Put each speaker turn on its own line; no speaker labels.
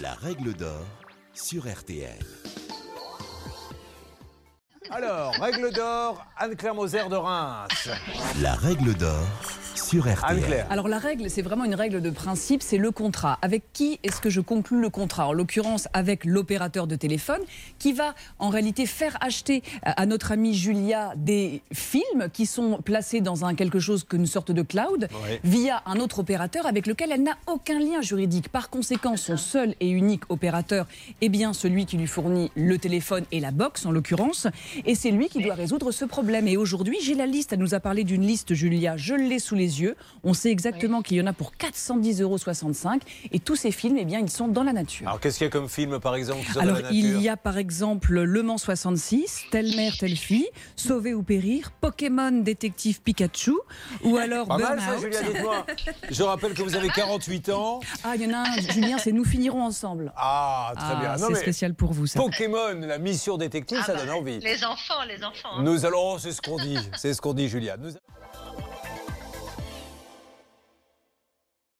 La règle d'or sur RTL.
Alors, règle d'or, Anne-Claire Moser de Reims.
La règle d'or sur RTL.
Anne-Claire.
Alors la règle, c'est vraiment une règle de principe, c'est le contrat. Avec qui est-ce que je conclue le contrat En l'occurrence, avec l'opérateur de téléphone, qui va en réalité faire acheter euh, à à notre amie Julia des films qui sont placés dans un quelque chose qu'une sorte de cloud
Ouais.
via un autre opérateur avec lequel elle n'a aucun lien juridique. Par conséquent, son seul et unique opérateur est bien celui qui lui fournit le téléphone et la box, en l'occurrence, et c'est lui qui doit résoudre ce problème. Et aujourd'hui, j'ai la liste. Elle nous a parlé d'une liste, Julia. Je l'ai sous les yeux. On sait exactement qu'il y en a pour 410,65 euros. Et tous ces films, eh bien, ils sont dans la nature.
Alors, qu'est-ce qu'il y a comme film, par exemple, qui sort de
Alors,
Ah, la nature
il y a par exemple Le Mans 66, Telle mère, telle fille, Sauver ou périr, Pokémon Détective Pikachu, ou alors
Pas mal, ça,
Burnout.
Julia, dites-moi. Je rappelle que vous avez 48 ans.
Ah, il y en a un, Julien, c'est Nous finirons ensemble.
Ah, très
Ah,
bien. Non,
c'est
mais
spécial pour vous, ça.
Pokémon, la mission détective,
Ah
ça
bah,
donne envie.
Les enfants, les enfants. hein.
Nous allons, oh, c'est ce qu'on dit, c'est ce qu'on dit, Julia. Nous-